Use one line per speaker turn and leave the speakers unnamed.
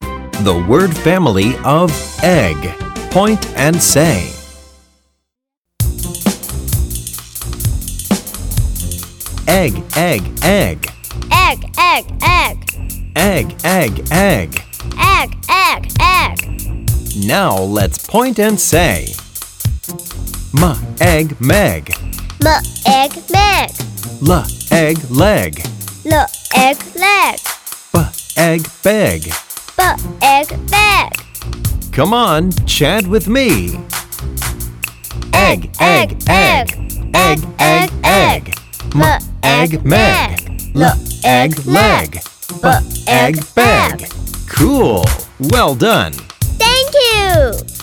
The word family of egg. Point and say. Egg, egg, egg.
Egg, egg, egg.
Egg, egg, egg.
Egg, egg, egg.
Now let's point and say. Ma egg meg.
M egg meg.
La egg leg.
L egg leg.
B egg beg.
B egg bag.
Come on, chat with me. Egg, egg, egg. Egg, egg, egg. Ma egg meg. La egg leg. B egg bag. Cool. Well done.
Thank you.